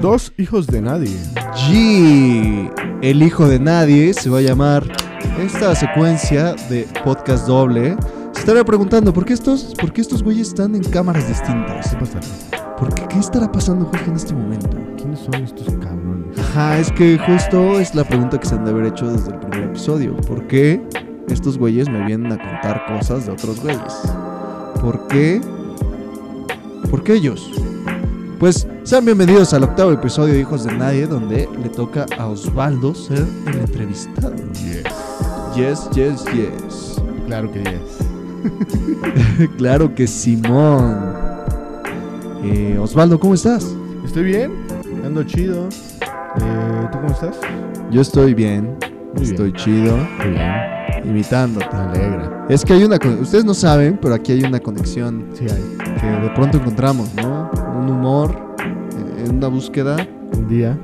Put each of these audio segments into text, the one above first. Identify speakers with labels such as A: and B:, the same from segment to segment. A: Dos hijos de nadie.
B: G, el hijo de nadie, se va a llamar esta secuencia de podcast doble. Se estará preguntando, ¿por qué estos, por qué estos güeyes están en cámaras distintas?
A: ¿Qué pasa?
B: ¿Por qué, ¿Qué estará pasando justo en este momento?
A: ¿Quiénes son estos cabrones?
B: Ajá, es que justo es la pregunta que se han de haber hecho desde el primer episodio. ¿Por qué estos güeyes me vienen a contar cosas de otros güeyes? ¿Por qué? ¿Por qué ellos? Pues sean bienvenidos al octavo episodio de Hijos de Nadie, donde le toca a Osvaldo ser el entrevistado. Yes, yes, yes.
A: Claro que yes.
B: claro que Simón. Eh, Osvaldo, ¿cómo estás?
A: Estoy bien, ando chido. Eh, ¿Tú cómo estás?
B: Yo estoy bien,
A: Muy bien.
B: estoy chido,
A: Muy bien.
B: imitándote.
A: Me alegra.
B: Es que hay una. con- Ustedes no saben, pero aquí hay una conexión
A: Sí, hay.
B: que de pronto encontramos, ¿no? Un humor, eh, en una búsqueda.
A: Un día,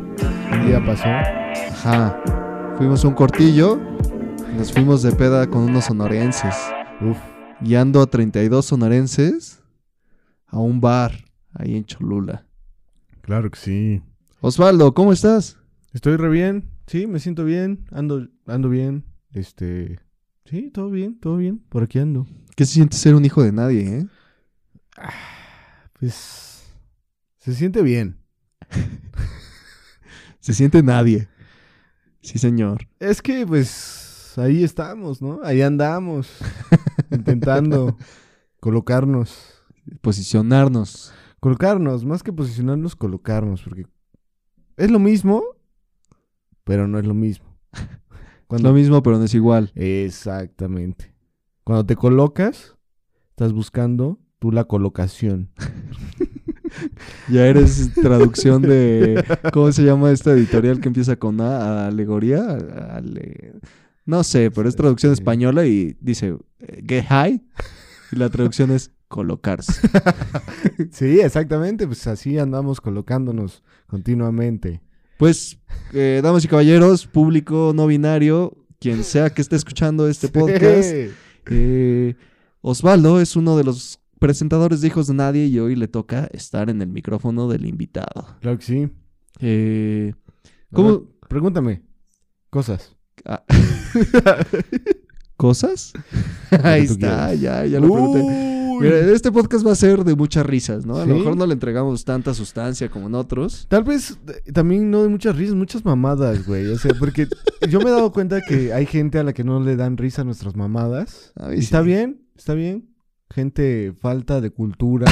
A: un día pasó.
B: Ajá. Fuimos a un cortillo, nos fuimos de peda con unos sonorenses,
A: Uf,
B: guiando a 32 sonorenses a un bar ahí en Cholula.
A: claro que sí.
B: Osvaldo, ¿cómo estás?
A: Estoy re bien. Sí, me siento bien. Ando, ando bien. Este. Sí, todo bien, todo bien. Por aquí ando.
B: ¿Qué se siente ser un hijo de nadie, eh?
A: Pues. Se siente bien.
B: Se siente nadie. Sí, señor.
A: Es que, pues, ahí estamos, ¿no? Ahí andamos, intentando colocarnos.
B: Posicionarnos.
A: Colocarnos, más que posicionarnos, colocarnos, porque es lo mismo, pero no es lo mismo. Cuando...
B: Lo mismo, pero no es igual.
A: Exactamente. Cuando te colocas, estás buscando tú la colocación.
B: Ya eres traducción de. ¿Cómo se llama esta editorial que empieza con A? ¿Alegoría? A- ale- No sé, pero es traducción
A: Este-
B: española y dice eh, get high. Y la traducción es colocarse.
A: sí, exactamente, pues así andamos colocándonos continuamente.
B: Pues, eh, damas y caballeros, público no binario, quien sea que esté escuchando este podcast,
A: Sí.
B: eh, Osvaldo es uno de los presentadores de Hijos de Nadie y hoy le toca estar en el micrófono del invitado.
A: Claro que sí.
B: Eh,
A: A
B: ¿Cómo?
A: ver, Pregúntame cosas.
B: Ah. ¿Cosas? Ahí
A: tú
B: está,
A: quieras.
B: ya, ya lo pregunté.
A: Uy.
B: Mira, este podcast va a ser de muchas risas, ¿no? A lo
A: ¿Sí?
B: mejor no le entregamos tanta sustancia como en otros.
A: Tal vez eh, también no de muchas risas, muchas mamadas, güey. O sea, porque yo me he dado cuenta que hay gente a la que no le dan risa nuestras mamadas.
B: A
A: Y
B: mí sí.
A: Está bien, está bien. Gente falta de cultura.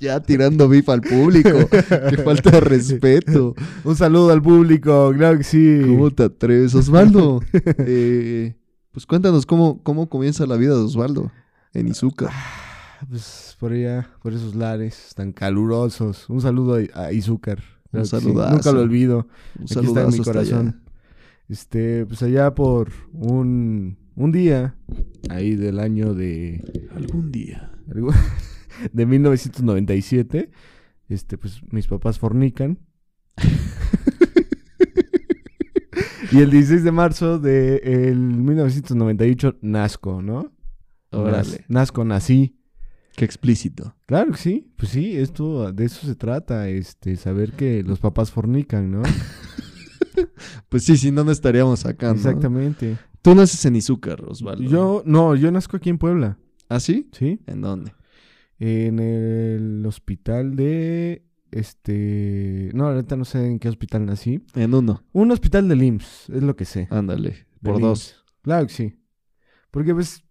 B: Ya tirando bif al público. Qué falta de respeto.
A: Un saludo al público, claro que sí.
B: ¿Cómo te atreves, Osvaldo? Eh, pues cuéntanos cómo, cómo comienza la vida de Osvaldo en Izuka.
A: Pues por allá, por esos lares tan calurosos. Un saludo a, a Izúcar. claro que sí.
B: saludazo.
A: Nunca lo olvido.
B: Un
A: Aquí está en mi
B: saludazo hasta allá.
A: corazón. Este, pues allá por un, un día, ahí del año de
B: Algún día.
A: algo- de 1997, este, pues mis papás fornican. y el 16 de marzo de el 1998 nazco, ¿no? Nas-
B: Órale.
A: nazco, nací.
B: Qué explícito.
A: Claro que sí, pues sí, esto, de eso se trata, este, saber que los papás fornican, ¿no?
B: Pues sí, si no, no estaríamos acá, ¿no?
A: Exactamente.
B: Tú naces en Izúcar, Osvaldo.
A: Yo, no, yo nazco aquí en Puebla,
B: ¿Ah, sí?
A: ¿sí?
B: ¿En dónde?
A: En el hospital de, este, no, ahorita no sé en qué hospital nací,
B: En uno.
A: Un hospital del IMSS, es lo que sé.
B: Ándale.
A: Del
B: Por dos.
A: IMSS. Claro que sí. Porque pues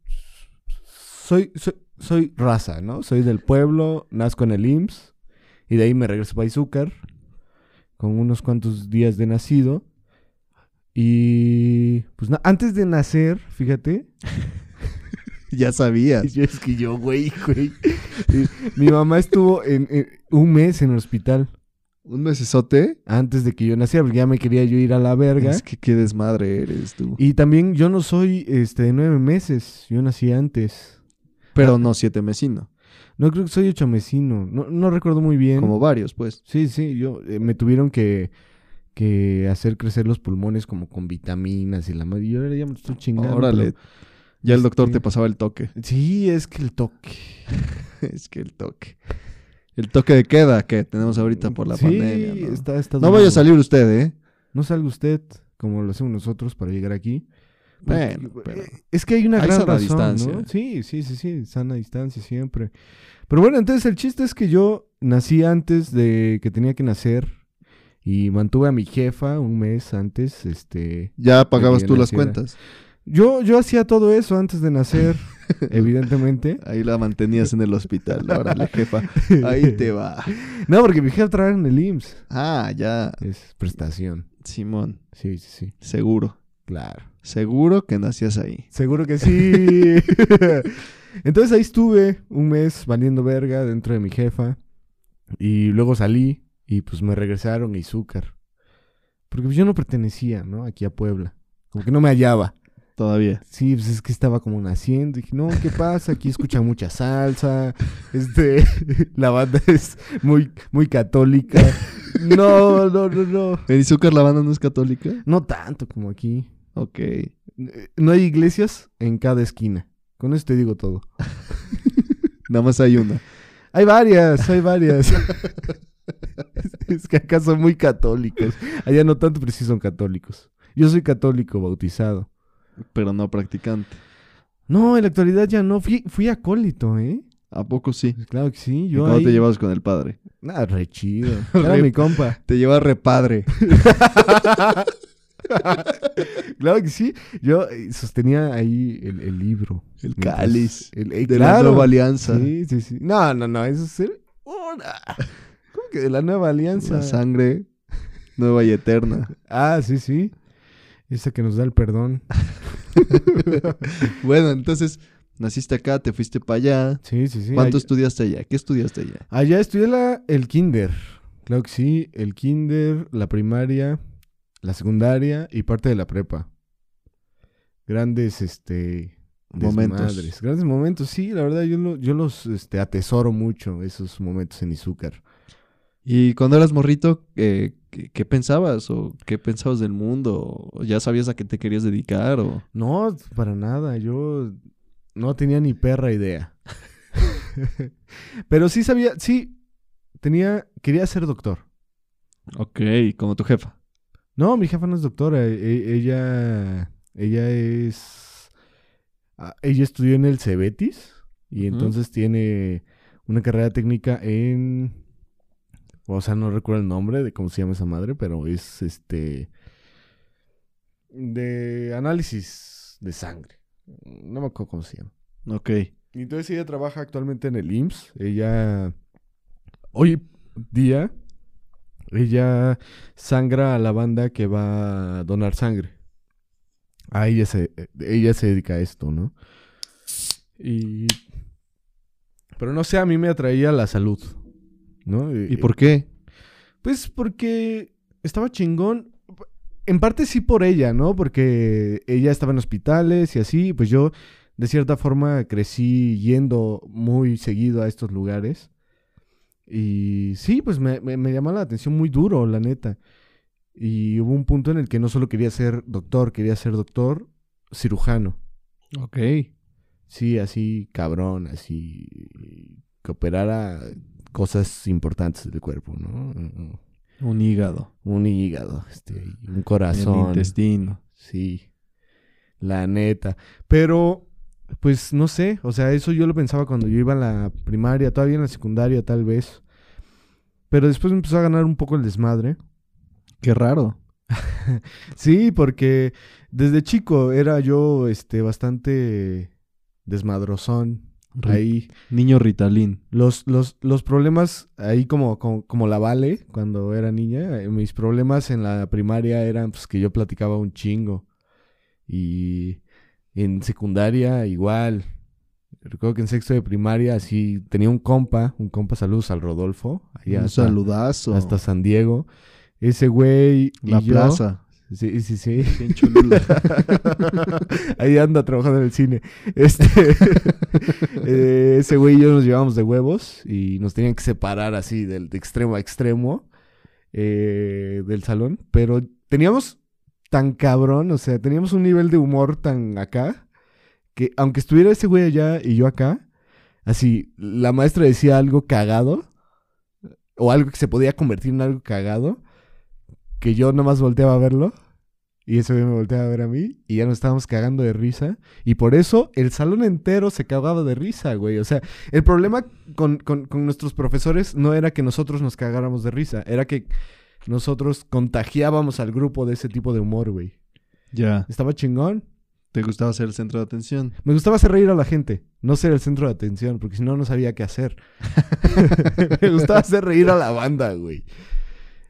A: soy, soy, soy raza, ¿no? Soy del pueblo, nazco en el IMSS y de ahí me regreso para Izúcar con unos cuantos días de nacido. Y pues na- antes de nacer, fíjate.
B: Ya sabías.
A: Es que yo, güey, güey. Mi mamá estuvo en, en un mes en el hospital
B: Un mesesote.
A: antes de que yo naciera, porque ya me quería yo ir a la verga.
B: Es que qué desmadre eres tú.
A: Y también yo no soy este, de nueve meses, yo nací antes.
B: Pero no siete mesino.
A: No creo que soy ocho mesino, no, no recuerdo muy bien.
B: Como varios, pues.
A: Sí, sí, yo eh, me tuvieron que, que hacer crecer los pulmones como con vitaminas y la madre. Yo ahora ya me estoy chingando.
B: Órale. Ya el doctor
A: Este-
B: te pasaba el toque.
A: pero- Sí, es que el toque.
B: es que el toque. El toque de queda que tenemos ahorita por la
A: Sí,
B: pandemia. ¿no?
A: está- está
B: No
A: duro.
B: vaya a salir usted, ¿eh?
A: No salga usted como lo hacemos nosotros para llegar aquí. Porque-
B: Bueno, pero...
A: eh, Es que hay una
B: Hay
A: gran
B: sana
A: razón,
B: distancia.
A: ¿no? Sí, sí, sí, sí, sana distancia siempre. Pero bueno, entonces el chiste es que yo nací antes de que tenía que nacer y mantuve a mi jefa un mes antes, este...
B: Ya pagabas
A: Aquí
B: tú
A: en la
B: las
A: ciudad.
B: cuentas.
A: Yo, yo hacía todo eso antes de nacer, evidentemente.
B: Ahí la mantenías en el hospital. Órale, jefa. Ahí te va.
A: No, porque mi jefa trabaja en el IMSS.
B: Ah, ya.
A: Es prestación.
B: Simón,
A: Sí, sí, sí.
B: seguro.
A: Claro.
B: Seguro que nacías ahí.
A: Seguro que sí. Entonces ahí estuve un mes valiendo verga dentro de mi jefa. Y luego salí y pues me regresaron a Izúcar. Porque pues, yo no pertenecía, ¿no? Aquí a Puebla. Como que no me hallaba.
B: Todavía.
A: Sí, pues es que estaba como naciendo. Dije, no, ¿qué pasa? Aquí escuchan mucha salsa. Este, la banda es muy, muy católica. No, no, no, no.
B: ¿En Izúcar la banda no es católica?
A: No tanto como aquí.
B: Ok.
A: Eh, No hay iglesias en cada esquina. Con eso te digo todo.
B: Nada más hay una.
A: Hay varias, hay varias. Es- es que acá son muy católicos. Allá no tanto, pero sí son católicos. Yo soy católico bautizado.
B: Pero no practicante.
A: No, en la actualidad ya no. Fui, fui acólito, ¿eh?
B: ¿A poco sí?
A: Pues Claro que sí.
B: ¿Y
A: Yo
B: cómo
A: ahí...
B: te llevabas con el padre?
A: Nada, re chido. Era
B: Re-
A: mi compa.
B: Te llevas repadre.
A: Claro que sí. Yo eh, sostenía ahí el, el libro.
B: El
A: Mientras-
B: cáliz.
A: El, eh,
B: De la
A: claro.
B: nueva alianza.
A: Sí, sí, sí. No, no, no. Eso es ser... una. ¿Cómo que de la nueva alianza?
B: La sangre nueva y eterna.
A: Ah, sí, sí. Esa que nos da el perdón.
B: bueno, entonces naciste acá, te fuiste para allá.
A: Sí, sí, sí.
B: ¿Cuánto
A: All-
B: estudiaste allá? ¿Qué estudiaste allá?
A: Allá estudié la, el kinder. Claro que sí, el kinder, la primaria, la secundaria y parte de la prepa. Grandes, este...
B: Momentos.
A: desmadres. Grandes momentos, sí, la verdad yo, lo- yo los este, atesoro mucho, esos momentos en Izúcar.
B: Y cuando eras morrito, eh, ¿qué, qué pensabas? ¿O qué pensabas del mundo? ¿O ¿Ya sabías a qué te querías dedicar? ¿O
A: No, para nada, yo no tenía ni perra idea. Pero sí sabía, sí, tenía, quería ser doctor.
B: Ok, como tu jefa.
A: No, mi jefa no es doctora. e- e- ella. Ella es. ah, Ella estudió en el Cebetis. Y
B: Ujú.
A: entonces tiene una carrera técnica en. O sea, no recuerdo el nombre de cómo se llama esa madre, pero es este. De análisis de sangre. No me acuerdo cómo se llama.
B: Ok.
A: Y entonces ella trabaja actualmente en el IMSS. Ella. Hoy día. Ella sangra a la banda que va a donar sangre. A ella se, eh, ella se dedica a esto, ¿no? Y. Pero no sé, a mí me atraía la salud. ¿No?
B: ¿Y por qué?
A: Pues porque estaba chingón. En parte sí por ella, ¿no? Porque ella estaba en hospitales y así. Pues yo, de cierta forma, crecí yendo muy seguido a estos lugares. Y sí, pues me, me, me llamaba la atención muy duro, la neta. Y hubo un punto en el que no solo quería ser doctor, quería ser doctor cirujano.
B: Ok.
A: Sí, así cabrón, así que operara cosas importantes del cuerpo, ¿no? Mm,
B: Un hígado.
A: un hígado, este, y un
B: El
A: corazón.
B: intestino.
A: Sí, la neta. Pero, pues no sé, o sea, eso yo lo pensaba cuando yo iba a la primaria, todavía en la secundaria tal vez. Pero después me empezó a ganar un poco el desmadre.
B: Qué raro.
A: Sí, porque desde chico era yo este, bastante desmadrozón.
B: Ri-
A: Ahí.
B: Niño Ritalin.
A: Los, los, los problemas, ahí como, como, como la Vale, cuando era niña, eh, mis problemas en la primaria eran pues, que yo platicaba un chingo. Y en secundaria igual. Recuerdo que en sexto de primaria así tenía un compa, un compa saludos al Rodolfo, allá
B: Un
A: hasta,
B: saludazo.
A: hasta San Diego. Ese güey y
B: la
A: yo-
B: plaza.
A: Sí, sí, sí.
B: En Cholula.
A: Ahí anda trabajando en el cine. Este, eh, ese güey y yo nos llevábamos de huevos y nos tenían que separar así del de extremo a extremo eh, del salón. Pero teníamos tan cabrón, o sea, teníamos un nivel de humor tan acá que aunque estuviera ese güey allá y yo acá, así, la maestra decía algo cagado o algo que se podía convertir en algo cagado, que yo nomás volteaba a verlo y ese güey me volteaba a ver a mí y ya nos estábamos cagando de risa. Y por eso el salón entero se cagaba de risa, güey. O sea, el problema con, con- con nuestros profesores no era que nosotros nos cagáramos de risa, era que nosotros contagiábamos al grupo de ese tipo de humor, güey.
B: Ya.
A: Estaba chingón.
B: ¿Te gustaba ser el centro de atención?
A: Me gustaba hacer reír a la gente, no ser el centro de atención, porque si no, no sabía qué hacer. me gustaba hacer reír a la banda, güey.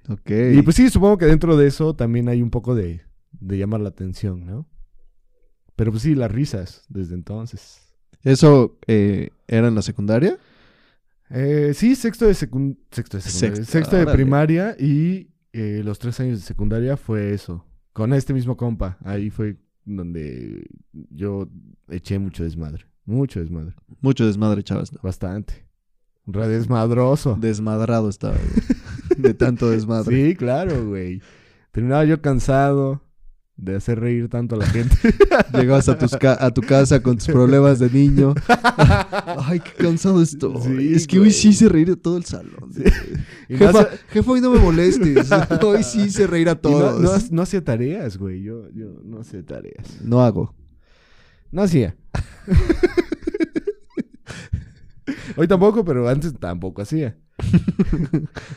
B: Ok.
A: Y pues sí, supongo que dentro de eso también hay un poco de, de llamar la atención, ¿no? Pero pues sí, las risas desde entonces.
B: ¿Eso eh, era en la secundaria?
A: Eh, sí, sexto de, secun- sexto de secundaria.
B: Sexto,
A: Sexto de
B: órale.
A: primaria y eh, los tres años de secundaria fue eso. Con este mismo compa. Ahí fue donde yo eché mucho desmadre. Mucho desmadre.
B: Mucho desmadre, chavas. ¿no?
A: Bastante. Re desmadroso.
B: Desmadrado estaba. güey. de tanto desmadre.
A: Sí, claro, güey. Terminaba yo cansado de hacer reír tanto a la gente.
B: Llegabas a, tus ca- a tu casa con tus problemas de niño. Ay, qué cansado estoy.
A: Sí,
B: es que
A: güey.
B: hoy sí hice reír a todo el salón.
A: Y no
B: Jefa,
A: hace-
B: jefa, hoy no me molestes. Hoy sí hice reír a
A: Y no-
B: todos.
A: No,
B: No,
A: ha- no hacía tareas, güey. Yo, yo no hacía tareas.
B: hago.
A: No hacía. Hoy tampoco, pero antes tampoco hacía.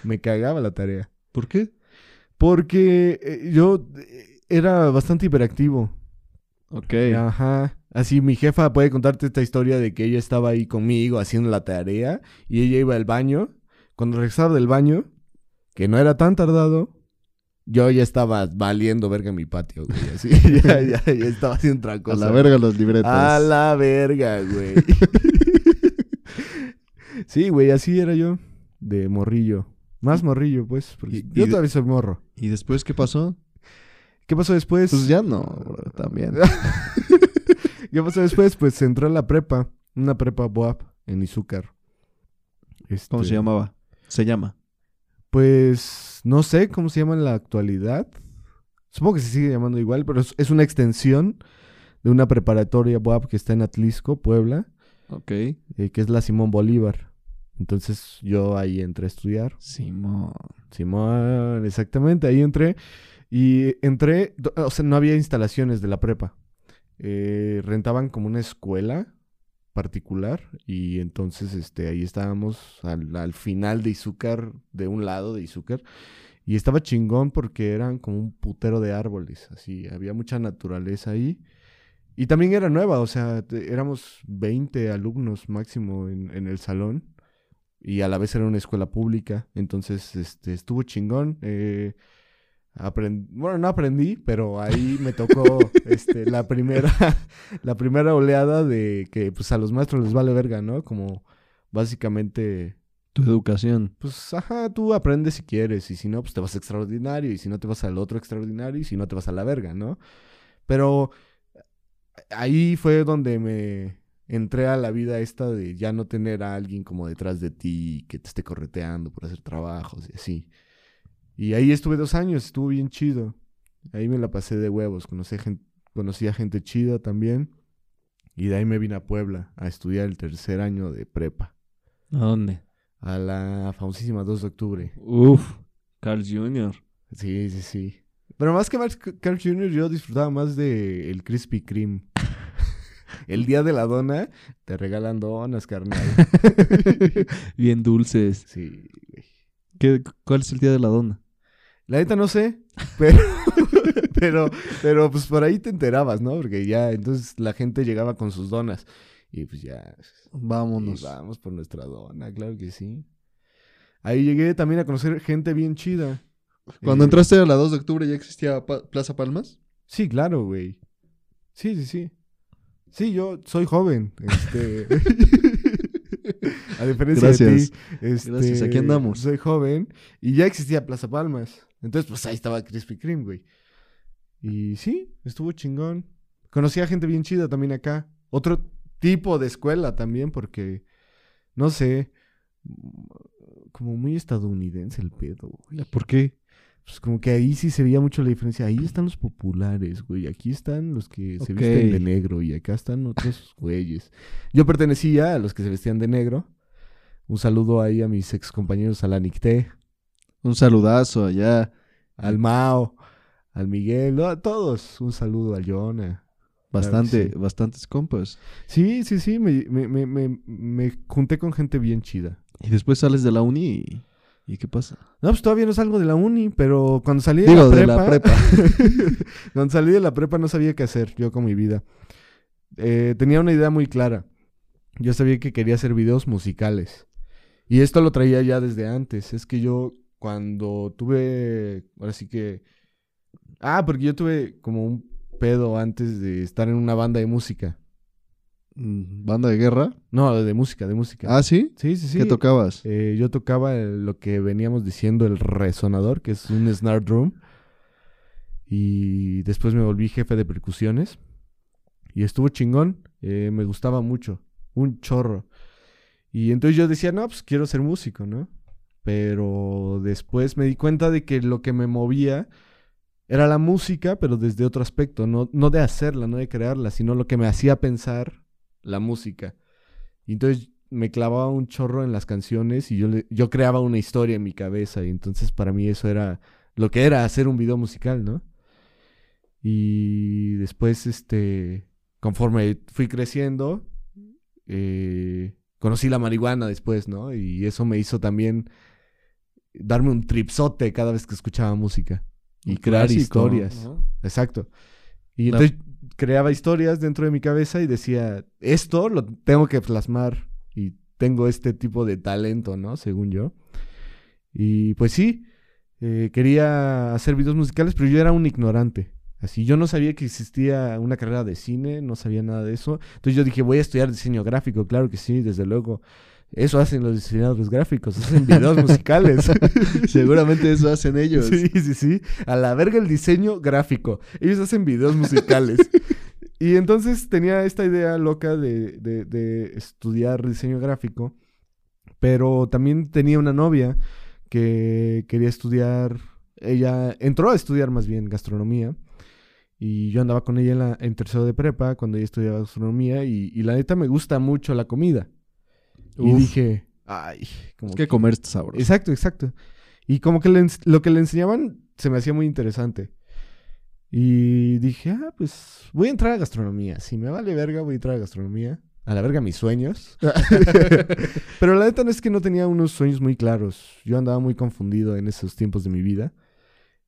A: Me cagaba la tarea.
B: ¿Por qué?
A: Porque eh, yo eh, era bastante hiperactivo.
B: Ok.
A: Ajá. Así mi jefa puede contarte esta historia de que ella estaba ahí conmigo haciendo la tarea y ella iba al baño. Cuando regresaba del baño, que no era tan tardado, yo ya estaba valiendo verga en mi patio, güey. Así, ya, ya, ya estaba haciendo otra
B: A
A: cosa.
B: la verga pues. los libretos.
A: A la verga, güey. sí, güey, así era yo. De morrillo. Más morrillo, pues. Porque
B: Y- y
A: yo
B: de-
A: todavía soy morro.
B: ¿Y después qué pasó?
A: ¿Qué pasó después?
B: Pues ya no, bro, también.
A: ¿Qué pasó después? Pues entré a la prepa, una prepa BOAP en Izúcar. Este,
B: ¿Cómo se llamaba? Se llama.
A: Pues no sé cómo se llama en la actualidad. Supongo que se sigue llamando igual, pero es, es una extensión de una preparatoria BOAP que está en Atlisco, Puebla,
B: Ok.
A: eh, que es la Simón Bolívar. Entonces yo ahí entré a estudiar.
B: Simón.
A: Simón, exactamente, ahí entré. Y entré, do- o sea, no había instalaciones de la prepa. Eh, rentaban como una escuela particular y entonces este, ahí estábamos al, al final de Izúcar, de un lado de Izúcar. Y estaba chingón porque eran como un putero de árboles, así, había mucha naturaleza ahí. Y también era nueva, o sea, te- éramos 20 alumnos máximo en, en el salón y a la vez era una escuela pública, entonces este, estuvo chingón. eh, aprend- Bueno, no aprendí, pero ahí me tocó este, la, primera, la primera oleada de que pues a los maestros les vale verga, ¿no? Como básicamente,
B: Tu educación.
A: pues ajá, tú aprendes si quieres y si no, pues te vas a extraordinario y si no te vas al otro extraordinario y si no te vas a la verga, ¿no? Pero ahí fue donde me entré a la vida esta de ya no tener a alguien como detrás de ti que te esté correteando por hacer trabajos y así. Y ahí estuve dos años, estuvo bien chido. Ahí me la pasé de huevos, conocí, gen- conocí a gente chida también. Y de ahí me vine a Puebla a estudiar el tercer año de prepa.
B: ¿A dónde?
A: A la famosísima 2 de octubre.
B: Uf. Carl Jr.
A: Sí, sí, sí. Pero más que Marx- Carl Jr., yo disfrutaba más de el Krispy Kreme. el día de la dona, te regalan donas, carnal.
B: Bien dulces.
A: Sí, güey.
B: ¿Qué, ¿Cuál es el día de la dona?
A: La neta no sé, pero, pero, pero pues por ahí te enterabas, ¿no? Porque ya, entonces la gente llegaba con sus donas. Y pues ya,
B: Vámonos.
A: Y vamos por nuestra dona, claro que sí. Ahí llegué también a conocer gente bien chida.
B: Cuando
A: Eh,
B: entraste a la 2 de octubre ya existía Pa- Plaza Palmas.
A: Sí, claro, güey. Sí, sí, sí. Sí, yo soy joven. Este... A diferencia
B: Gracias.
A: de ti. este,
B: Gracias, aquí andamos.
A: Soy joven y ya existía Plaza Palmas. Entonces, pues ahí estaba Krispy Kreme, güey. Y sí, estuvo chingón. Conocí a gente bien chida también acá. Otro tipo de escuela también, porque, no sé, como muy estadounidense el pedo, güey
B: ¿Por qué?
A: pues como que ahí sí se veía mucho la diferencia. Ahí están los populares, güey. Aquí están los que se
B: Ok.
A: visten de negro y acá están otros güeyes. Yo pertenecía a los que se vestían de negro, Un saludo ahí a mis ex compañeros, a la Nicté,
B: Un saludazo allá.
A: al Mao, al Miguel, no, a todos. Un saludo al Jonah.
B: Bastante,
A: sí.
B: bastantes compas.
A: Sí, sí, sí, me, me- me- me- me junté con gente bien chida.
B: Y después sales de la uni y, ¿y ¿qué pasa?
A: No, pues todavía no salgo de la uni, pero cuando salí de,
B: Digo,
A: la,
B: de
A: prepa,
B: la prepa.
A: cuando salí de la prepa no sabía qué hacer yo con mi vida. Eh, tenía una idea muy clara. Yo sabía que quería hacer videos musicales. Y esto lo traía ya desde antes. Es que yo cuando tuve, ahora sí que... Ah, porque yo tuve como un pedo antes de estar en una banda de música.
B: Mm, ¿Banda de guerra?
A: No, de música, de música.
B: ¿Ah, sí?
A: sí, sí, sí.
B: ¿Qué tocabas?
A: Eh, yo tocaba el- lo que veníamos diciendo, el resonador, que es un snare drum. Y después me volví jefe de percusiones. Y estuvo chingón. eh, me gustaba mucho. Un chorro. Y entonces yo decía, no, pues quiero ser músico, ¿no? Pero después me di cuenta de que lo que me movía era la música, pero desde otro aspecto. No, no de hacerla, no de crearla, sino lo que me hacía pensar la música. Y entonces me clavaba un chorro en las canciones y yo, le- yo creaba una historia en mi cabeza. Y entonces para mí eso era lo que era hacer un video musical, ¿no? Y después, este, conforme fui creciendo, eh, conocí la marihuana después, ¿no? Y eso me hizo también darme un tripsote cada vez que escuchaba música. Y
B: Un
A: crear
B: clásico,
A: historias.
B: ¿no?
A: Exacto. Y
B: La-
A: entonces creaba historias dentro de mi cabeza y decía, esto lo tengo que plasmar y tengo este tipo de talento, ¿no? Según yo. Y pues sí, eh, quería hacer videos musicales, pero yo era un ignorante. Así, yo no sabía que existía una carrera de cine, no sabía nada de eso. Entonces yo dije, voy a estudiar diseño gráfico, claro que sí, desde luego. Eso hacen los diseñadores gráficos, hacen videos musicales.
B: Seguramente eso hacen ellos.
A: Sí, sí, sí. A la verga el diseño gráfico. Ellos hacen videos musicales. y entonces tenía esta idea loca de, de- de estudiar diseño gráfico. Pero también tenía una novia que quería estudiar. Ella entró a estudiar más bien gastronomía. Y yo andaba con ella en, la, en tercero de prepa cuando ella estudiaba gastronomía. Y, y la neta me gusta mucho la comida. Y
B: Uf.
A: dije, ay, como
B: Es que comer está sabroso.
A: Exacto, exacto. Y como que le ens- lo que le enseñaban se me hacía muy interesante. Y dije, ah, pues voy a entrar a gastronomía. Si me vale verga, voy a entrar a gastronomía. A la verga mis sueños. Pero la neta no es que no tenía unos sueños muy claros. Yo andaba muy confundido en esos tiempos de mi vida.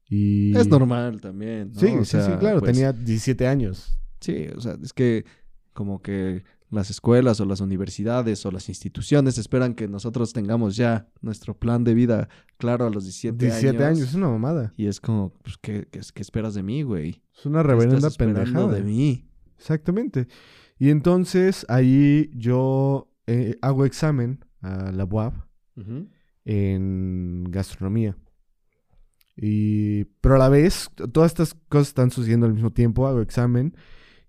A: Y...
B: Es normal también. ¿no?
A: Sí,
B: O
A: sí, sí,
B: sea,
A: claro.
B: pues,
A: Tenía 17 años.
B: Sí, o sea, es que como que las escuelas o las universidades o las instituciones esperan que nosotros tengamos ya nuestro plan de vida claro a los 17,
A: 17 años. es una mamada.
B: Y es como, pues, ¿qué, qué, qué esperas de mí, güey?
A: Es una
B: ¿Qué estás
A: reverenda
B: esperando
A: pendejada.
B: de mí?
A: Exactamente. Y entonces ahí yo eh, hago examen a la UAB en gastronomía. Y, pero a la vez, t- todas estas cosas están sucediendo al mismo tiempo, hago examen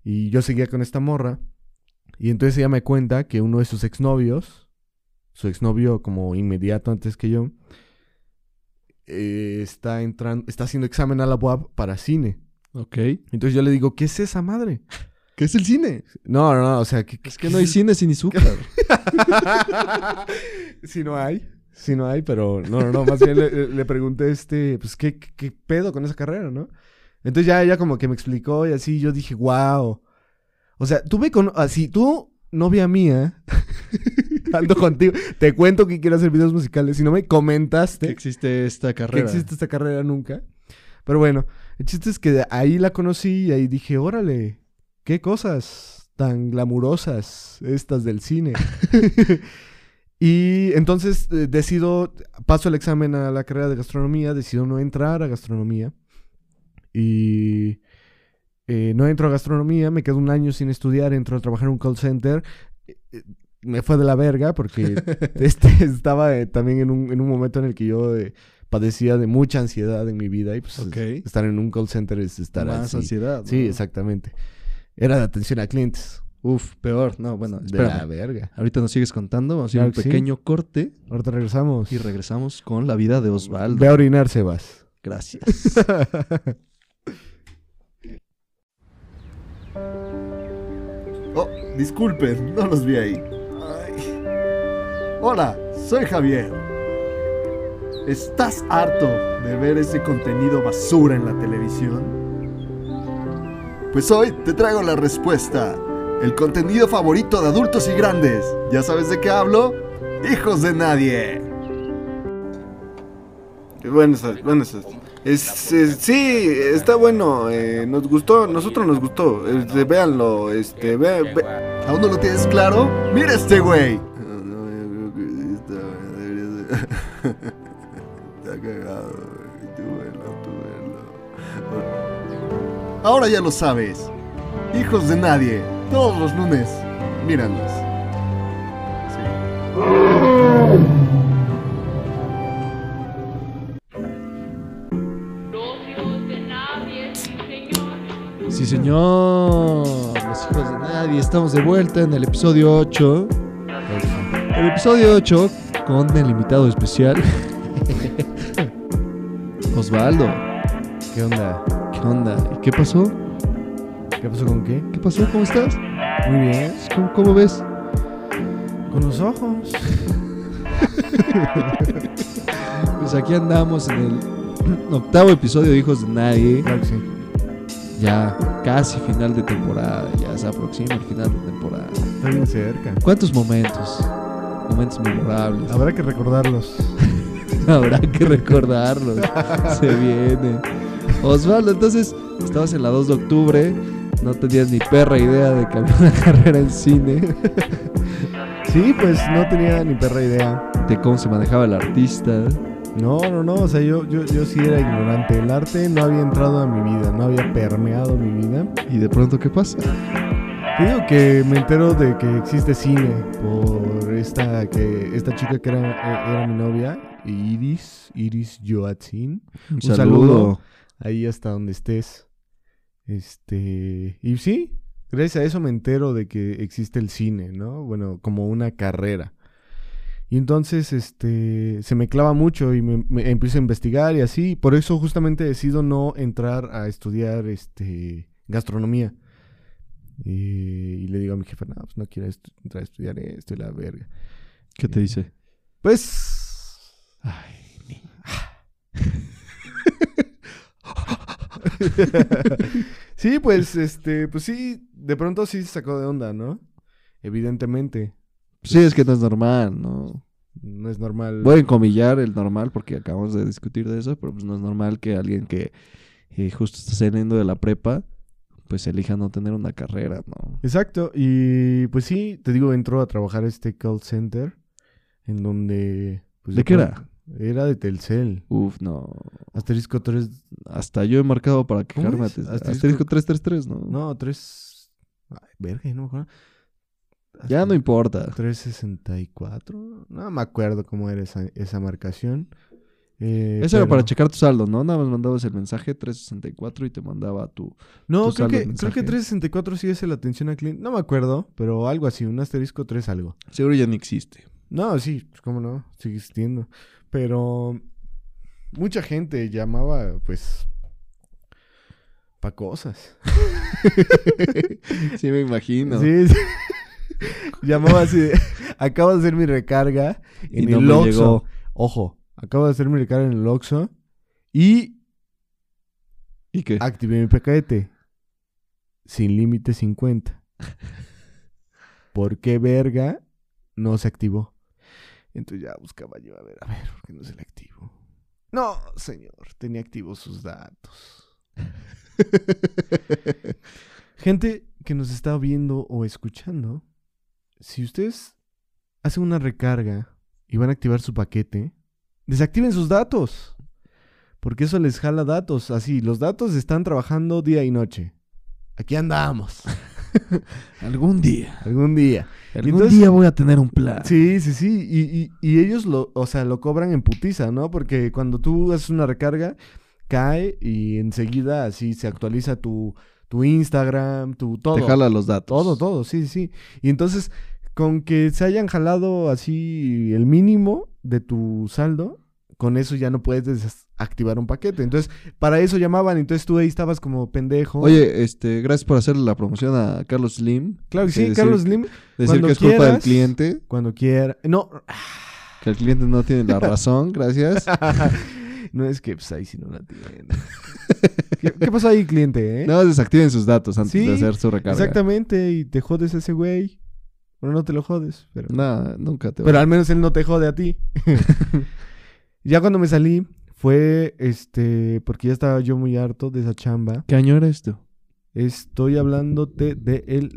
A: y yo seguía con esta morra. Y entonces ella me cuenta que uno de sus exnovios, su exnovio como inmediato antes que yo, eh, está, entrando, está haciendo examen a la UAB para cine.
B: Ok.
A: Entonces yo le digo, ¿qué es esa madre?
B: ¿Qué es el cine?
A: No, no, no, o sea, que,
B: Es que no hay cine sin azúcar.
A: si no hay, si no hay, pero no, no, no, más bien le, le pregunté, este, pues, ¿qué, qué- qué pedo con esa carrera, no? Entonces ya ella como que me explicó y así yo dije, wow. O sea, tú me conoces, así, tú, novia mía, ando contigo, te cuento que quiero hacer videos musicales, si no me
B: que
A: comentaste
B: existe esta
A: que
B: carrera.
A: existe esta carrera nunca. Pero bueno, el chiste es que de ahí la conocí y ahí dije, órale, qué cosas tan glamurosas estas del cine. y entonces eh, decido, paso el examen a la carrera de gastronomía, decido no entrar a gastronomía. Y eh, no entro a gastronomía, me quedo un año sin estudiar, entro a trabajar en un call center. Eh, eh, Me fue de la verga porque este, estaba eh, también en un, en un momento en el que yo eh, padecía de mucha ansiedad en mi vida y pues
B: Ok.
A: es- estar en un call center es estar
B: Más
A: así.
B: ansiedad.
A: Sí,
B: ¿no?
A: exactamente. Era de atención a clientes.
B: Uf, peor. No, bueno,
A: de
B: espérame.
A: la verga.
B: Ahorita nos sigues contando. Vamos a ir a
A: Claro
B: un
A: que sí.
B: pequeño corte
A: Ahorita regresamos.
B: y regresamos con la vida de Osvaldo.
A: Ve a orinar, Sebas.
B: Gracias.
C: Oh, disculpen, no los vi ahí. Ay. Hola, Soy Javier. ¿Estás harto de ver ese contenido basura en la televisión? Pues hoy te traigo la respuesta. El contenido favorito de adultos y grandes. ¿Ya sabes de qué hablo? Hijos de nadie.
D: Buenas, buenas. Es, es- sí, está bueno. eh, nos gustó, nosotros nos gustó. Este, véanlo, este, ve, ve-
C: ¿Aún no lo tienes claro? ¡Mira este güey!
D: Ah, no, yo creo que sí está bueno, debería ser.
C: Está cagado, güey. Tú velo, tú velo. Ahora ya lo sabes. Hijos de nadie. Todos los lunes. Míranos.
E: Los hijos de nadie, sí señor.
B: Sí, señor. Los hijos de nadie. Estamos de vuelta en el episodio 8. El episodio 8 con el invitado especial. Osvaldo.
A: ¿Qué onda?
B: ¿Qué onda? ¿Y ¿Qué pasó?
A: ¿Qué pasó con qué?
B: ¿Qué pasó? ¿Cómo estás?
A: Muy bien.
B: ¿Cómo, cómo ves?
A: Con los ojos.
B: Pues aquí andamos en el octavo episodio de Hijos de Nadie.
A: Claro que sí.
B: Ya casi final de temporada. Ya se aproxima el final de temporada.
A: Está bien cerca.
B: ¿Cuántos momentos? Momentos memorables.
A: Habrá que recordarlos.
B: Habrá que recordarlos. Se viene. Osvaldo, entonces, estabas en la 2 de octubre. No tenías ni perra idea de que había una carrera en cine.
A: Sí, pues no tenía ni perra idea.
B: De cómo se manejaba el artista.
A: No, no, no. O sea, yo, yo, yo sí era ignorante. El arte no había entrado a mi vida, no había permeado mi vida.
B: Y de pronto, ¿qué pasa?
A: Te digo que me entero de que existe cine por esta que esta chica que era, e- era mi novia, Iris, Iris Joatzin.
B: Un
A: saludo. Ahí hasta donde estés. Este, y sí, gracias a eso me entero de que existe el cine, ¿no? Bueno, como una carrera. Y entonces, este, se me clava mucho y me, me empiezo a investigar y así. Por eso justamente decido no entrar a estudiar, este, gastronomía. Y, y le digo a mi jefa, no, pues no quiero estu- entrar a estudiar esto y la verga.
B: ¿Qué te dice?
A: Pues, sí, pues, este, pues sí, de pronto sí se sacó de onda, ¿no? Evidentemente,
B: pues Sí, es que no es normal, ¿no?
A: no es normal.
B: Voy a encomillar el normal porque acabamos de discutir de eso, pero pues no es normal que alguien que eh, justo está saliendo de la prepa, pues elija no tener una carrera, ¿no?
A: Exacto, y pues sí, te digo, entró a trabajar a este call center, en donde... pues,
B: ¿De qué era?
A: pronto- Era de Telcel,
B: Uf, no.
A: asterisco 3,
B: Hasta yo he marcado para
A: ¿Cómo
B: quejarme.
A: es?
B: ates-
A: Asterisco-
B: Asterisco 333, ¿no?
A: no, 3... Ay, verga, no me acuerdo.
B: Ya no importa.
A: 364. No me acuerdo cómo era esa, esa marcación. Eh,
B: Eso era
A: pero-
B: para checar tu saldo, ¿no? Nada más mandabas el mensaje 364 y te mandaba tu...
A: No,
B: tu
A: creo
B: saldo
A: que,
B: de
A: creo que
B: mensaje.
A: 364 sí es la atención al cliente. No me acuerdo, pero algo así, un asterisco 3 algo.
B: Seguro ya no existe.
A: No, sí, pues, cómo no, sigue existiendo. Pero mucha gente llamaba, pues, pa' cosas.
B: Sí, me imagino.
A: Sí, sí. llamaba así, de, acabo de hacer mi recarga en
B: Y no
A: el
B: me
A: Oxxo.
B: llegó.
A: Ojo, acabo de hacer mi recarga en el Oxxo y
B: ¿Y qué?
A: Activé mi paquete. Sin límite 50. ¿Por qué verga no se activó? Entonces ya buscaba yo, a ver, a ver, ¿por qué no se le activó? No, señor, tenía activos sus datos. Gente que nos está viendo o escuchando, si ustedes hacen una recarga y van a activar su paquete, desactiven sus datos. Porque eso les jala datos. Así, los datos están trabajando día y noche. Aquí andamos.
B: Algún día.
A: Algún día.
B: Algún
A: Entonces-
B: día voy a tener un plan.
A: Sí, sí, sí. Y, y- y ellos lo, o sea, lo cobran en putiza, ¿no? Porque cuando tú haces una recarga, cae y enseguida así se actualiza tu, tu Instagram, tu todo.
B: Te jala los datos.
A: Todo, todo, sí, sí. Y entonces, con que se hayan jalado así el mínimo de tu saldo, con eso ya no puedes desactivar un paquete. Entonces, para eso llamaban, entonces tú ahí estabas como pendejo.
B: Oye, este, gracias por hacerle la promoción a Carlos Slim.
A: claro que
B: De
A: sí,
B: decir-
A: Carlos Slim,
B: Decir
A: cuando
B: que es culpa del
A: quieras.
B: cliente.
A: cuando quiera. No,
B: Que que el cliente no tiene la razón, gracias.
A: no es que pues, ahí sí no la tienen. ¿Qué, qué pasó ahí, cliente? eh?
B: No desactiven sus datos antes
A: Sí,
B: de hacer su recarga.
A: Exactamente, y te jodes a ese güey. Bueno, no te lo jodes, pero...
B: No, nunca te va-
A: Pero al menos él no te jode a ti. ya cuando me salí fue, este, porque ya estaba yo muy harto de esa chamba.
B: ¿Qué año era esto?
A: Estoy hablándote de el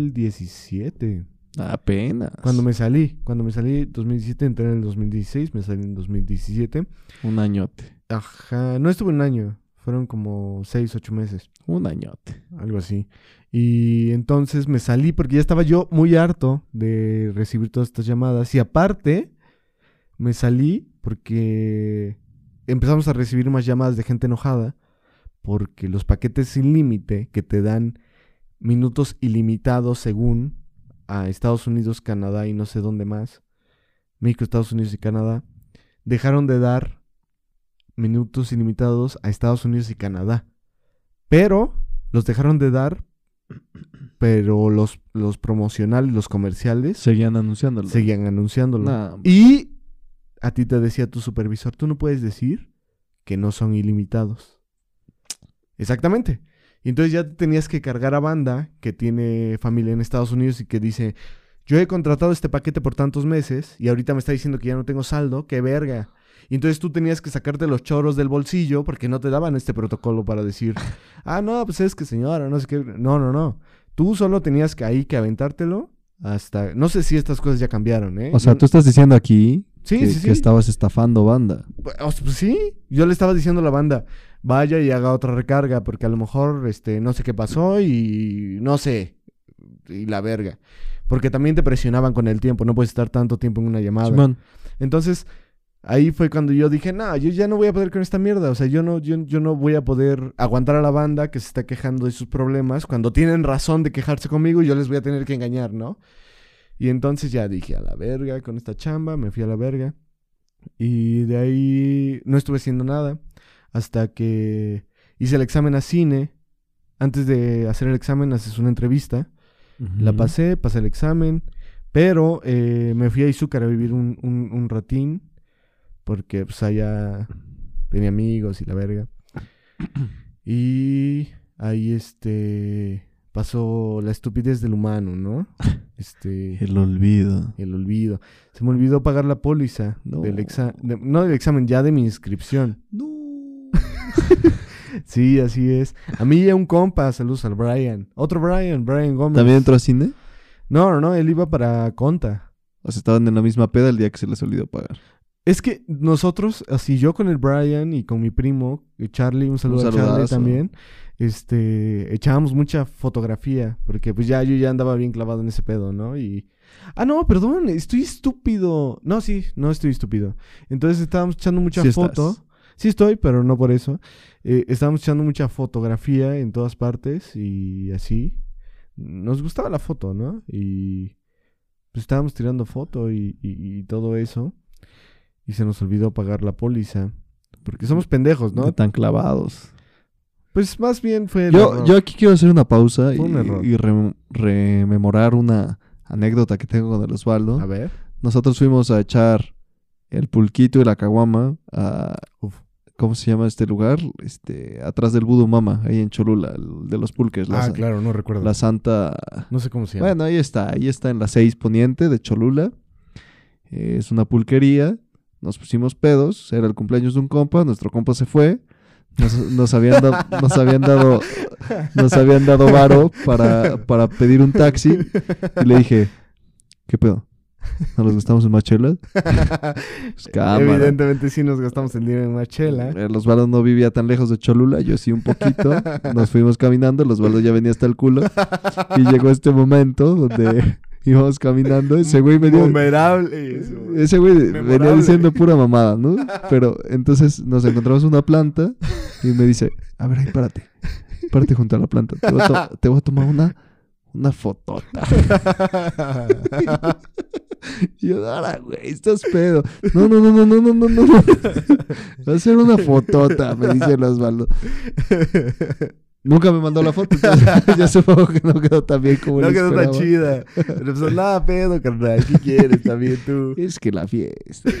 A: 2017.
B: Ah, Apenas.
A: Cuando me salí, cuando me salí 2017, entré en el 2016, me salí en 2017.
B: Un añote.
A: Ajá, no estuve un año, fueron como 6, 8 meses,
B: Un añote.
A: algo así. Y entonces me salí porque ya estaba yo muy harto de recibir todas estas llamadas. Y aparte, me salí porque empezamos a recibir más llamadas de gente enojada porque los paquetes sin límite que te dan minutos ilimitados según a Estados Unidos, Canadá y no sé dónde más, México, Estados Unidos y Canadá, dejaron de dar minutos ilimitados a Estados Unidos y Canadá. Pero los dejaron de dar, pero los, los promocionales, los comerciales,
B: Seguían anunciándolo.
A: seguían anunciándolo.
B: Nah,
A: Y a ti te decía tu supervisor, tú no puedes decir que no son ilimitados. Exactamente. Y entonces ya tenías que cargar a banda que tiene familia en Estados Unidos y que dice, yo he contratado este paquete por tantos meses y ahorita me está diciendo que ya no tengo saldo, qué verga. Y entonces tú tenías que sacarte los choros del bolsillo porque no te daban este protocolo para decir, ah, no, pues es que señora, no sé qué. No, no, no. Tú solo tenías que ahí que aventártelo hasta... No sé si estas cosas ya cambiaron, ¿eh?
B: O sea,
A: Yo-
B: tú estás diciendo aquí
A: Sí,
B: que,
A: sí, sí.
B: que estabas estafando banda.
A: Pues, o sea, pues sí, yo le estaba diciendo a la banda, vaya y haga otra recarga, porque a lo mejor este, no sé qué pasó y no sé, y la verga. Porque también te presionaban con el tiempo, no puedes estar tanto tiempo en una llamada.
B: Simón,
A: Entonces, ahí fue cuando yo dije, no, yo ya no voy a poder con esta mierda. O sea, yo no, yo, yo no voy a poder aguantar a la banda que se está quejando de sus problemas cuando tienen razón de quejarse conmigo y yo les voy a tener que engañar, ¿no? Y entonces ya dije, a la verga con esta chamba, me fui a la verga. Y de ahí no estuve haciendo nada hasta que hice el examen a cine. Antes de hacer el examen haces una entrevista. La
B: Ujú.
A: pasé, pasé el examen, pero eh, me fui a Izúcar a vivir un, un- un ratín, porque pues allá tenía amigos y la verga. Y ahí este pasó la estupidez del humano, ¿no? Este
B: El olvido.
A: el olvido. Se me olvidó pagar la póliza
B: No.
A: del examen, no del examen, ya de mi inscripción.
B: No.
A: Sí, así es. A mí ya un compa, saludos al Brian. Otro Brian, Brian Gómez.
B: ¿También entró a cine?
A: No, no, no, él iba para Conta.
B: O sea, estaban en la misma peda el día que se les olvidó pagar.
A: Es que nosotros, así yo con el Brian y con mi primo, eh, Charlie, un saludo
B: Un
A: a Charlie
B: saludazo.
A: también, este, echábamos mucha fotografía, porque pues ya yo ya andaba bien clavado en ese pedo, ¿no? Y... Ah, no, perdón, estoy estúpido. No, sí, no estoy estúpido. Entonces estábamos echando mucha
B: Sí estás.
A: foto. Sí estoy, pero no por eso. Eh, estábamos echando mucha fotografía en todas partes y así. Nos gustaba la foto, ¿no? Y pues estábamos tirando foto y, y- y todo eso. Y se nos olvidó pagar la póliza. Porque somos pendejos,
B: No
A: Pues ¿no?
B: tan clavados.
A: Pues más bien fue... el
B: Yo,
A: error.
B: yo aquí quiero hacer una pausa y,
A: Fue un error.
B: y re- rememorar una anécdota que tengo con el Osvaldo.
A: A ver.
B: Nosotros fuimos a echar el pulquito y la caguama a...
A: Uf.
B: ¿Cómo se llama este lugar? Este, atrás del Budo Mama, ahí en Cholula, el de los pulques. La,
A: ah,
B: sa-
A: claro, no recuerdo.
B: la santa...
A: No sé cómo se llama.
B: Bueno, ahí está, ahí está en la 6 Poniente de Cholula. Eh, es una pulquería. Nos pusimos pedos, era el cumpleaños de un compa, nuestro compa se fue. Nos, nos habían, da- nos habían dado nos habían dado varo para, para pedir un taxi y le dije, ¿qué pedo? ¿No nos gustamos en Machelas?
A: Ah,
B: Pues, cámara.
A: Evidentemente sí nos gastamos el dinero en una chela.
B: Eh, El Osvaldo no vivía tan lejos de Cholula, yo sí un poquito. Nos fuimos caminando, el Osvaldo ya venía hasta el culo. Y llegó este momento donde íbamos caminando. Ese güey me dio.
A: Vulnerable. eso.
B: Ese güey venía
A: Memorable.
B: diciendo pura mamada, ¿no? Pero entonces nos encontramos una planta y me dice: A ver, ahí párate. Párate junto a la planta. Te voy a, to- te voy a tomar una, una fotota. Y yo, ahora, güey, estás pedo. No, no, no, no, no, no, no, no. no. Va a ser una fotota, me dice el Osvaldo. Nunca me mandó la foto, entonces ya supongo que no quedó tan bien como
A: No
B: él
A: quedó tan
B: esperaba.
A: chida. Pero pues nada, pedo, carnal. ¿Qué quieres también tú?
B: Es que la fiesta.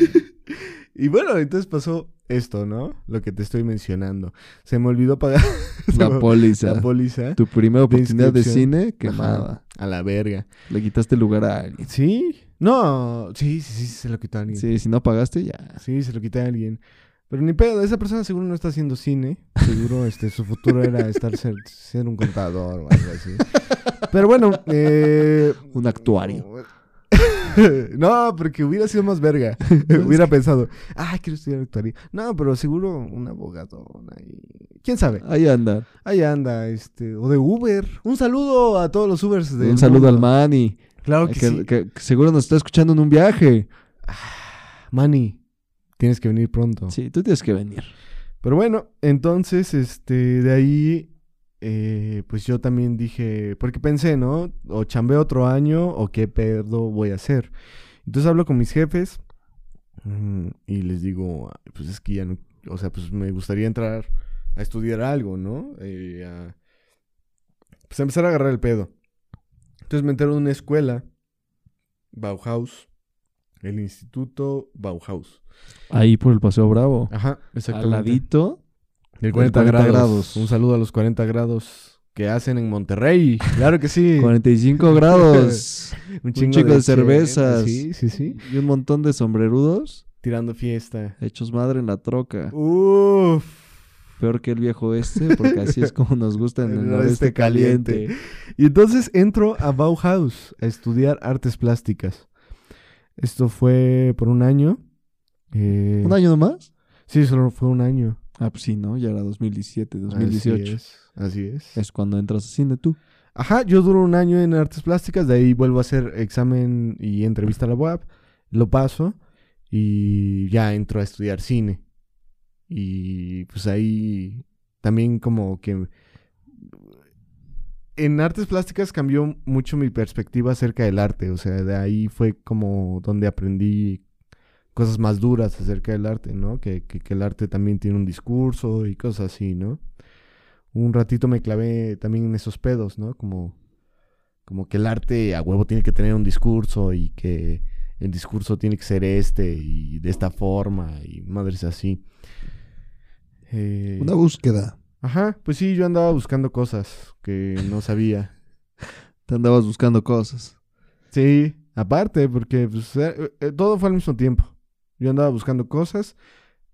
A: Y bueno, entonces pasó esto, ¿no? Lo que te estoy mencionando. Se me olvidó pagar se me-
B: La póliza.
A: la póliza.
B: tu primera oportunidad de
A: inscripción.
B: cine
A: Ajá,
B: quemada.
A: A la verga.
B: Le quitaste el lugar a alguien.
A: ¿Sí? No, sí, sí, sí, se lo quitó a alguien. Sí.
B: Sí, si no pagaste, ya.
A: se lo quitó a alguien. Pero ni pedo, esa persona seguro no está haciendo cine. Seguro este, su futuro era estar ser, ser un contador o algo así. Pero bueno, eh,
B: Un actuario.
A: no, porque hubiera sido más verga. hubiera pensado, ah, quiero estudiar actuaría. No, pero seguro un abogado. y- ¿Quién sabe?
B: Ahí anda.
A: Ahí anda, este, o de Uber. Un saludo a todos los Ubers. del
B: Un saludo al
A: mundo.
B: Manny.
A: Claro que,
B: que,
A: sí.
B: que- que seguro nos está escuchando en un viaje.
A: Ah, Manny, tienes que venir pronto.
B: Sí, tú tienes que venir.
A: Pero bueno, entonces, este, de ahí, eh, pues yo también dije, porque pensé, ¿no? O chambé otro año o qué pedo voy a hacer. Entonces hablo con mis jefes mm, y les digo, "Ay, pues es que ya no, o sea, pues me gustaría entrar a estudiar algo, ¿no? Eh, a- pues a empezar a agarrar el pedo. Entonces me enteré de una escuela, Bauhaus, el Instituto Bauhaus.
B: Ahí por el Paseo Bravo.
A: Ajá,
B: Al ladito.
A: Del
B: Del
A: 40,
B: 40
A: grados.
B: grados.
A: Un saludo a los 40 grados que hacen en Monterrey. Claro que sí.
B: 45 grados.
A: un
B: chingo de
A: cheve.
B: cervezas.
A: Sí, sí, sí.
B: Y un montón de sombrerudos
A: Tirando fiesta.
B: hechos madre en la troca.
A: Uf.
B: Peor que el viejo este, porque así es como nos gusta en el,
A: El
B: noreste
A: noreste
B: caliente.
A: Y entonces entro a Bauhaus a estudiar artes plásticas. Esto fue por un año. Eh,
B: ¿Un año nomás?
A: Sí, solo fue un año.
B: Ah, pues sí, ¿no? Ya era 2017, 2018.
A: Así
B: es.
A: es. Así es.
B: cuando entras a cine tú.
A: Ajá, yo duro un año en artes plásticas, de ahí vuelvo a hacer examen y entrevista a la UAP, lo paso y ya entro a estudiar cine. Y pues ahí también como que... En artes plásticas cambió mucho mi perspectiva acerca del arte, o sea, de ahí fue como donde aprendí cosas más duras acerca del arte, ¿no? Que, que- que el arte también tiene un discurso y cosas así, ¿no? un ratito me clavé también en esos pedos, ¿no? Como, como que el arte a huevo tiene que tener un discurso y que el discurso tiene que ser este y de esta forma y madres así. Eh,
B: Una búsqueda.
A: Ajá, pues sí, yo andaba buscando cosas que no sabía.
B: Te andabas buscando cosas.
A: Sí, aparte, porque pues, eh, eh, todo fue al mismo tiempo. Yo andaba buscando cosas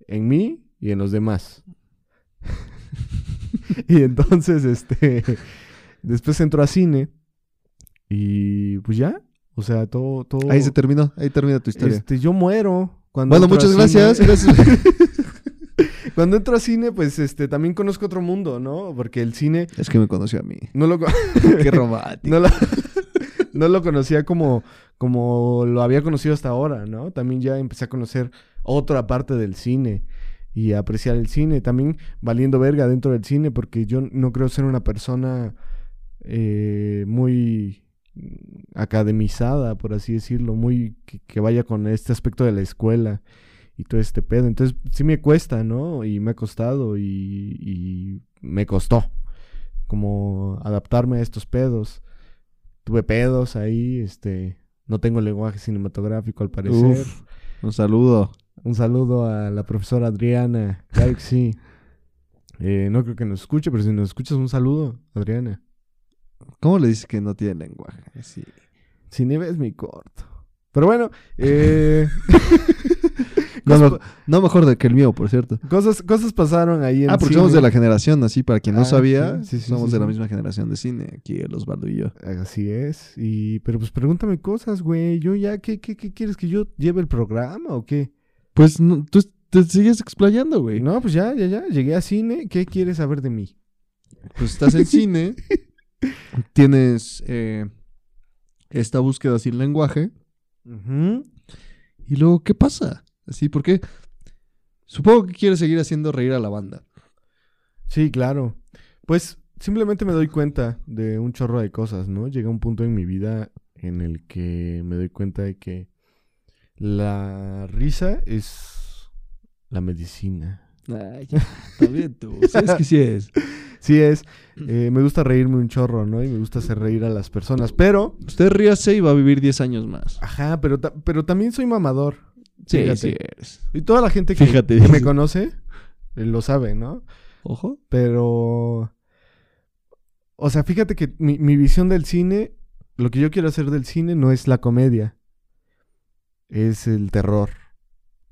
A: en mí y en los demás. y entonces, este, después entró a cine y pues ya, o sea, todo, todo.
B: Ahí se terminó, ahí termina tu historia.
A: Este, yo muero cuando.
B: bueno,
A: entro a
B: muchas
A: cine.
B: gracias. gracias.
A: Cuando entro a cine, pues, este, también conozco otro mundo, ¿no? Porque el cine
B: es que me conoció a mí.
A: no lo. co-
B: Qué romántico.
A: No lo, no lo conocía como, como lo había conocido hasta ahora, ¿no? También ya empecé a conocer otra parte del cine y a apreciar el cine. También valiendo verga dentro del cine, porque yo no creo ser una persona eh, muy mm, academizada, por así decirlo, muy que, que vaya con este aspecto de la escuela y todo este pedo. Entonces sí me cuesta, ¿no? Y me ha costado y, y me costó como adaptarme a estos pedos. Tuve pedos ahí, este, no tengo lenguaje cinematográfico al parecer.
B: Uf, un saludo.
A: Un saludo a la profesora Adriana. Claro que sí. Eh, no creo que nos escuche, pero si nos escuchas, un saludo, Adriana.
B: ¿Cómo le dices que no tiene lenguaje? Sí.
A: Si ni ves mi corto. Pero bueno, eh,
B: No,
A: cosas,
B: me- no mejor de que el mío, por cierto.
A: cosas, cosas pasaron ahí en
B: Ah, porque
A: cine.
B: somos de la generación, así, para quien no
A: Ah,
B: sabía,
A: sí, sí, sí,
B: somos
A: sí,
B: de la
A: sí.
B: misma generación de cine, aquí el Osvaldo y yo.
A: Así es. Y, pero pues pregúntame cosas, güey. Yo ya, ¿qué, qué, qué quieres que yo lleve el programa o qué?
B: Pues no, tú te sigues explayando, güey.
A: No, pues ya, ya, ya. Llegué a cine. ¿Qué quieres saber de mí?
B: Pues estás en cine, tienes eh, esta búsqueda sin lenguaje,
A: Ujú.
B: y luego, ¿qué pasa? Así, porque supongo que quieres seguir haciendo reír a la banda.
A: Sí, claro. Pues simplemente me doy cuenta de un chorro de cosas, ¿no? Llega un punto en mi vida en el que me doy cuenta de que la risa es la medicina.
B: Ay, ya, también tú, sabes que sí es.
A: Sí es, eh, me gusta reírme un chorro, ¿no? Y me gusta hacer reír a las personas, pero...
B: Usted ríase y va a vivir 10 años más.
A: Ajá, pero, ta- pero también soy mamador.
B: Sí,
A: Fíjate.
B: sí eres.
A: Y toda la gente que,
B: Fíjate,
A: que me
B: dice.
A: conoce eh, lo sabe, ¿no?
B: Ojo.
A: Pero... O sea, fíjate que mi, mi visión del cine, lo que yo quiero hacer del cine no es la comedia, es el terror.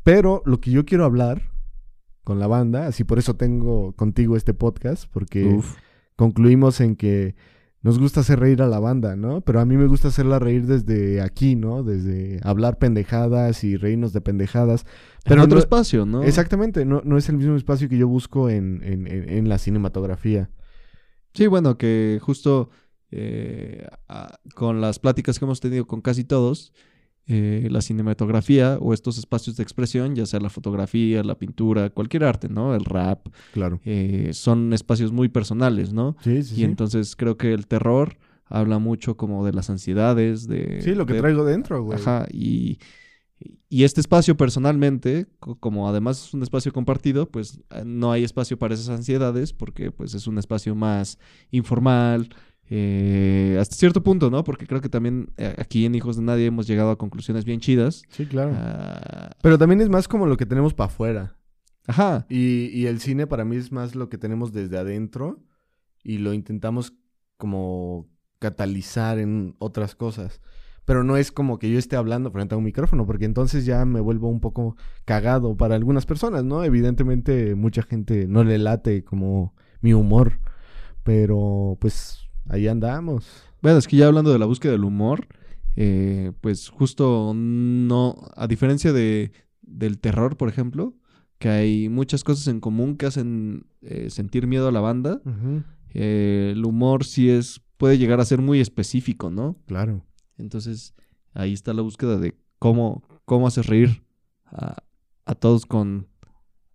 A: Pero lo que yo quiero hablar con la banda, así por eso tengo contigo este podcast, porque
B: Uf.
A: concluimos en que nos gusta hacer reír a la banda, ¿no? Pero a mí me gusta hacerla reír desde aquí, ¿no? Desde hablar pendejadas y reírnos de pendejadas. Pero
B: en otro
A: no-
B: espacio, ¿no?
A: Exactamente, no, no es el mismo espacio que yo busco en, en- en- en la cinematografía.
B: Sí, bueno, que justo eh, a- con las pláticas que hemos tenido con casi todos, eh, la cinematografía o estos espacios de expresión, ya sea la fotografía, la pintura, cualquier arte, ¿no? El rap,
A: Claro.
B: eh, son espacios muy personales, ¿no?
A: Sí, sí,
B: Y
A: sí.
B: entonces creo que el terror habla mucho como de las ansiedades, de...
A: Sí, lo que
B: de-
A: traigo dentro, güey.
B: Ajá, y, y este espacio personalmente, co- como además es un espacio compartido, pues eh, no hay espacio para esas ansiedades porque pues es un espacio más informal, eh, hasta cierto punto, ¿no? Porque creo que también eh, aquí en Hijos de Nadie hemos llegado a conclusiones bien chidas.
A: Sí, claro.
B: Ah,
A: Pero también es más como lo que tenemos para afuera.
B: ajá,
A: Y, y el cine para mí es más lo que tenemos desde adentro y lo intentamos como catalizar en otras cosas. Pero no es como que yo esté hablando frente a un micrófono, porque entonces ya me vuelvo un poco cagado para algunas personas, ¿no? Evidentemente mucha gente no le late como mi humor, pero pues ahí andamos.
B: bueno, es que ya hablando de la búsqueda del humor, eh, pues justo no, a diferencia de, del terror, por ejemplo, que hay muchas cosas en común que hacen eh, sentir miedo a la banda, eh, el humor sí es, puede llegar a ser muy específico, ¿no?
A: Claro.
B: Entonces, ahí está la búsqueda de cómo, cómo haces reír a, a todos con,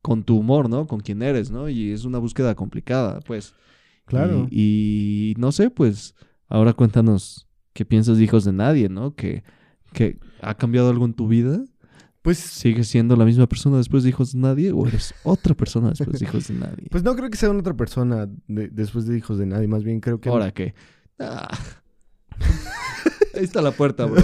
B: con tu humor, ¿no? Con quién eres, ¿no? Y es una búsqueda complicada, pues.
A: Claro.
B: Y, y no sé, pues, ahora cuéntanos qué piensas de Hijos de Nadie, ¿no? Que, que ha cambiado algo en tu vida.
A: Pues
B: ¿Sigues siendo la misma persona después de Hijos de Nadie o eres otra persona después de Hijos de Nadie?
A: pues no creo que sea una otra persona de- después de hijos de nadie, más bien creo que
B: Ahora que. Ah. Ahí está la puerta, bro.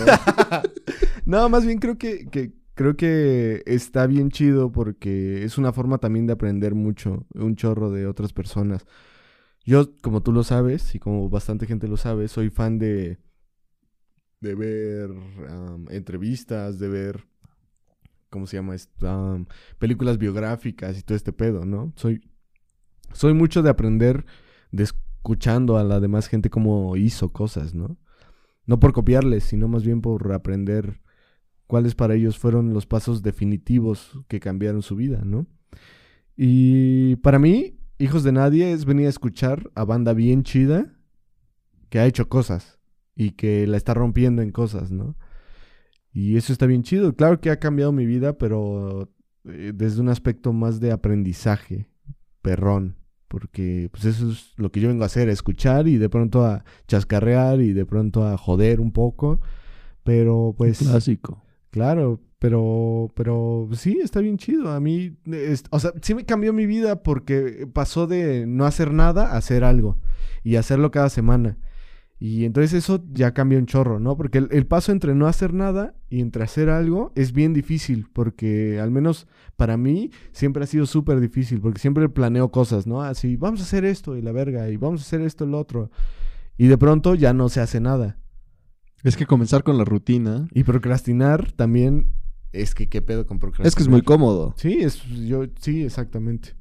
A: No, más bien creo que, que- creo que está bien chido porque es una forma también de aprender mucho, un chorro de otras personas. Yo, como tú lo sabes, y como bastante gente lo sabe, soy fan de, de ver am, entrevistas, de ver, ¿cómo se llama esto? Am, películas biográficas y todo este pedo, ¿no? Soy, soy mucho de aprender de escuchando a la demás gente cómo hizo cosas, ¿no? No por copiarles, sino más bien por aprender cuáles para ellos fueron los pasos definitivos que cambiaron su vida, ¿no? Y para mí, Hijos de Nadie es venir a escuchar a banda bien chida que ha hecho cosas y que la está rompiendo en cosas, ¿no? Y eso está bien chido. Claro que ha cambiado mi vida, pero eh, desde un aspecto más de aprendizaje, perrón. Porque pues eso es lo que yo vengo a hacer, a escuchar y de pronto a chascarrear y de pronto a joder un poco. Pero pues...
B: Clásico.
A: Claro, pero, pero sí, está bien chido. A mí, es- o sea, sí me cambió mi vida porque pasó de no hacer nada a hacer algo y hacerlo cada semana. Y entonces eso ya cambia un chorro, ¿no? Porque el, el paso entre no hacer nada y entre hacer algo es bien difícil, porque al menos para mí siempre ha sido súper difícil, porque siempre planeo cosas, ¿no? Así, vamos a hacer esto y la verga, y vamos a hacer esto y lo otro. Y de pronto ya no se hace nada.
B: Es que comenzar con la rutina.
A: Y procrastinar también es que qué pedo con procrastinar.
B: Es que es muy cómodo.
A: Sí, es yo sí, exactamente.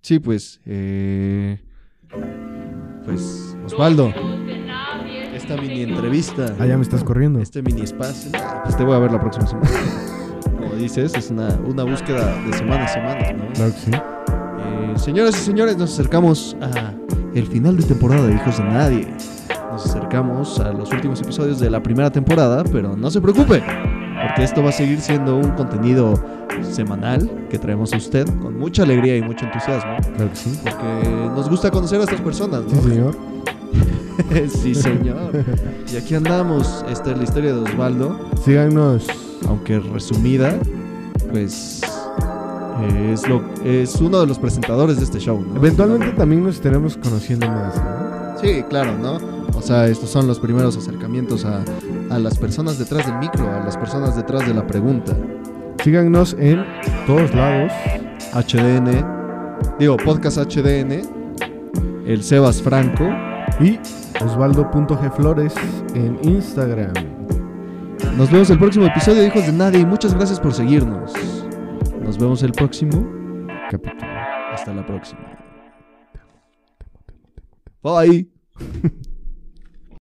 B: Sí, pues. eh, Pues, Osvaldo, esta mini entrevista.
A: Ah, ya me estás corriendo.
B: Este mini espacio. Pues te voy a ver la próxima semana. Como dices, es una, una búsqueda de semana a semana, ¿no?
A: Claro que sí.
B: Eh, señoras y señores, nos acercamos a el final de temporada de Hijos de Nadie. Nos acercamos a los últimos episodios de la primera temporada, pero no se preocupe, porque esto va a seguir siendo un contenido semanal que traemos a usted con mucha alegría y mucho entusiasmo,
A: Claro que sí.
B: porque nos gusta conocer a estas personas,
A: Sí,
B: ¿no?
A: señor.
B: sí, señor. Y aquí andamos, esta es la historia de Osvaldo
A: Síganos.
B: aunque resumida, pues eh, es, lo, es uno de los presentadores de este show, ¿no?
A: Eventualmente también nos estaremos conociendo más, ¿no?
B: Sí, claro, ¿no? O sea, estos son los primeros acercamientos a, a las personas detrás del micro, a las personas detrás de la pregunta.
A: Síganos en todos lados.
B: HDN, digo, podcast HDN, el Sebas Franco,
A: Y osvaldo.gflores en Instagram.
B: Nos vemos el próximo episodio, de hijos de nadie, y muchas gracias por seguirnos. Nos vemos el próximo.
A: Capítulo.
B: Hasta la próxima. Bye.